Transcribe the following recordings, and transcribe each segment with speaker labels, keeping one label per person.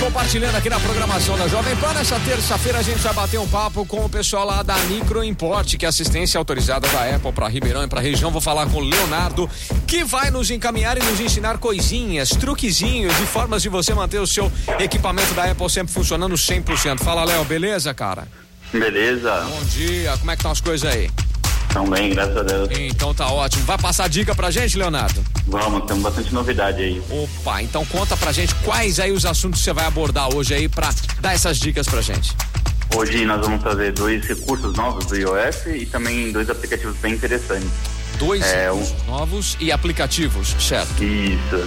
Speaker 1: compartilhando aqui na programação da Jovem Pan. Nessa terça-feira a gente vai bater um papo com o pessoal lá da Microimport, que é assistência autorizada da Apple para Ribeirão e para região. Vou falar com o Leonardo, que vai nos encaminhar e nos ensinar coisinhas, truquezinhos e formas de você manter o seu equipamento da Apple sempre funcionando 100%. Fala, Léo, beleza, cara?
Speaker 2: Beleza,
Speaker 1: Bom dia, como é que estão as coisas aí?
Speaker 2: também, graças a Deus.
Speaker 1: Então tá ótimo. Vai passar dica pra gente, Leonardo?
Speaker 2: Vamos, temos bastante novidade aí.
Speaker 1: Opa, então conta pra gente quais aí os assuntos que você vai abordar hoje aí pra dar essas dicas pra gente.
Speaker 2: Hoje nós vamos trazer dois recursos novos do iOS e também dois aplicativos bem interessantes.
Speaker 1: Dois
Speaker 2: É,
Speaker 1: recursos novos e aplicativos, certo?
Speaker 2: Isso.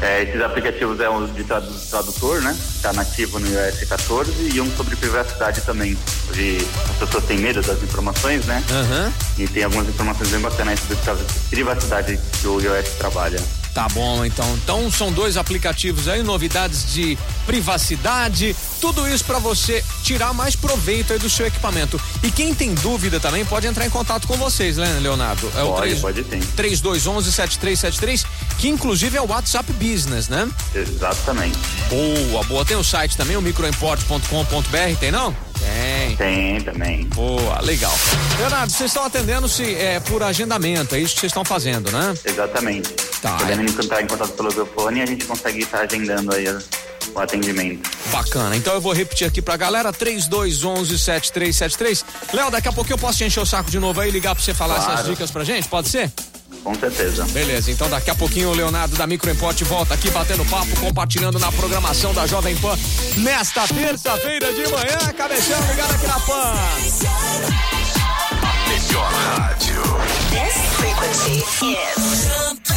Speaker 2: É, esses aplicativos é um de tradu- tradutor, né? Está nativo no iOS 14 e um sobre privacidade também. Hoje as pessoas têm medo das informações, né?
Speaker 1: Aham.
Speaker 2: E tem algumas informações bem bacanas sobre privacidade que o iOS trabalha.
Speaker 1: Tá bom, então. Então são dois aplicativos aí, novidades de privacidade, tudo isso pra você tirar mais proveito aí do seu equipamento. E quem tem dúvida também pode entrar em contato com vocês, né, Leonardo? É
Speaker 2: Pode,
Speaker 1: três-
Speaker 2: pode sim.
Speaker 1: 3211-7373, que inclusive é o WhatsApp Business, né?
Speaker 2: Exatamente.
Speaker 1: Boa, boa. Tem o site também, o microimport.com.br, tem não? Tem.
Speaker 2: Tem também.
Speaker 1: Boa, legal. Leonardo, vocês estão atendendo-se é, por agendamento, é isso que vocês estão fazendo, né?
Speaker 2: Exatamente.
Speaker 1: Tá.
Speaker 2: Podendo entrar em contato pelo meu fone, a gente consegue estar agendando aí o atendimento.
Speaker 1: Bacana. Então eu vou repetir aqui pra galera: 3211-7373. Léo, daqui a pouco eu posso te encher o saco de novo aí e ligar pra você falar
Speaker 2: Claro.
Speaker 1: essas dicas pra gente? Pode ser?
Speaker 2: Com certeza.
Speaker 1: Beleza, então daqui a pouquinho o Leonardo da Microimport volta aqui batendo papo, compartilhando na programação da Jovem Pan nesta terça-feira de manhã. Cabeção ligado aqui na Pan.
Speaker 3: Melhor rádio.
Speaker 4: This frequency is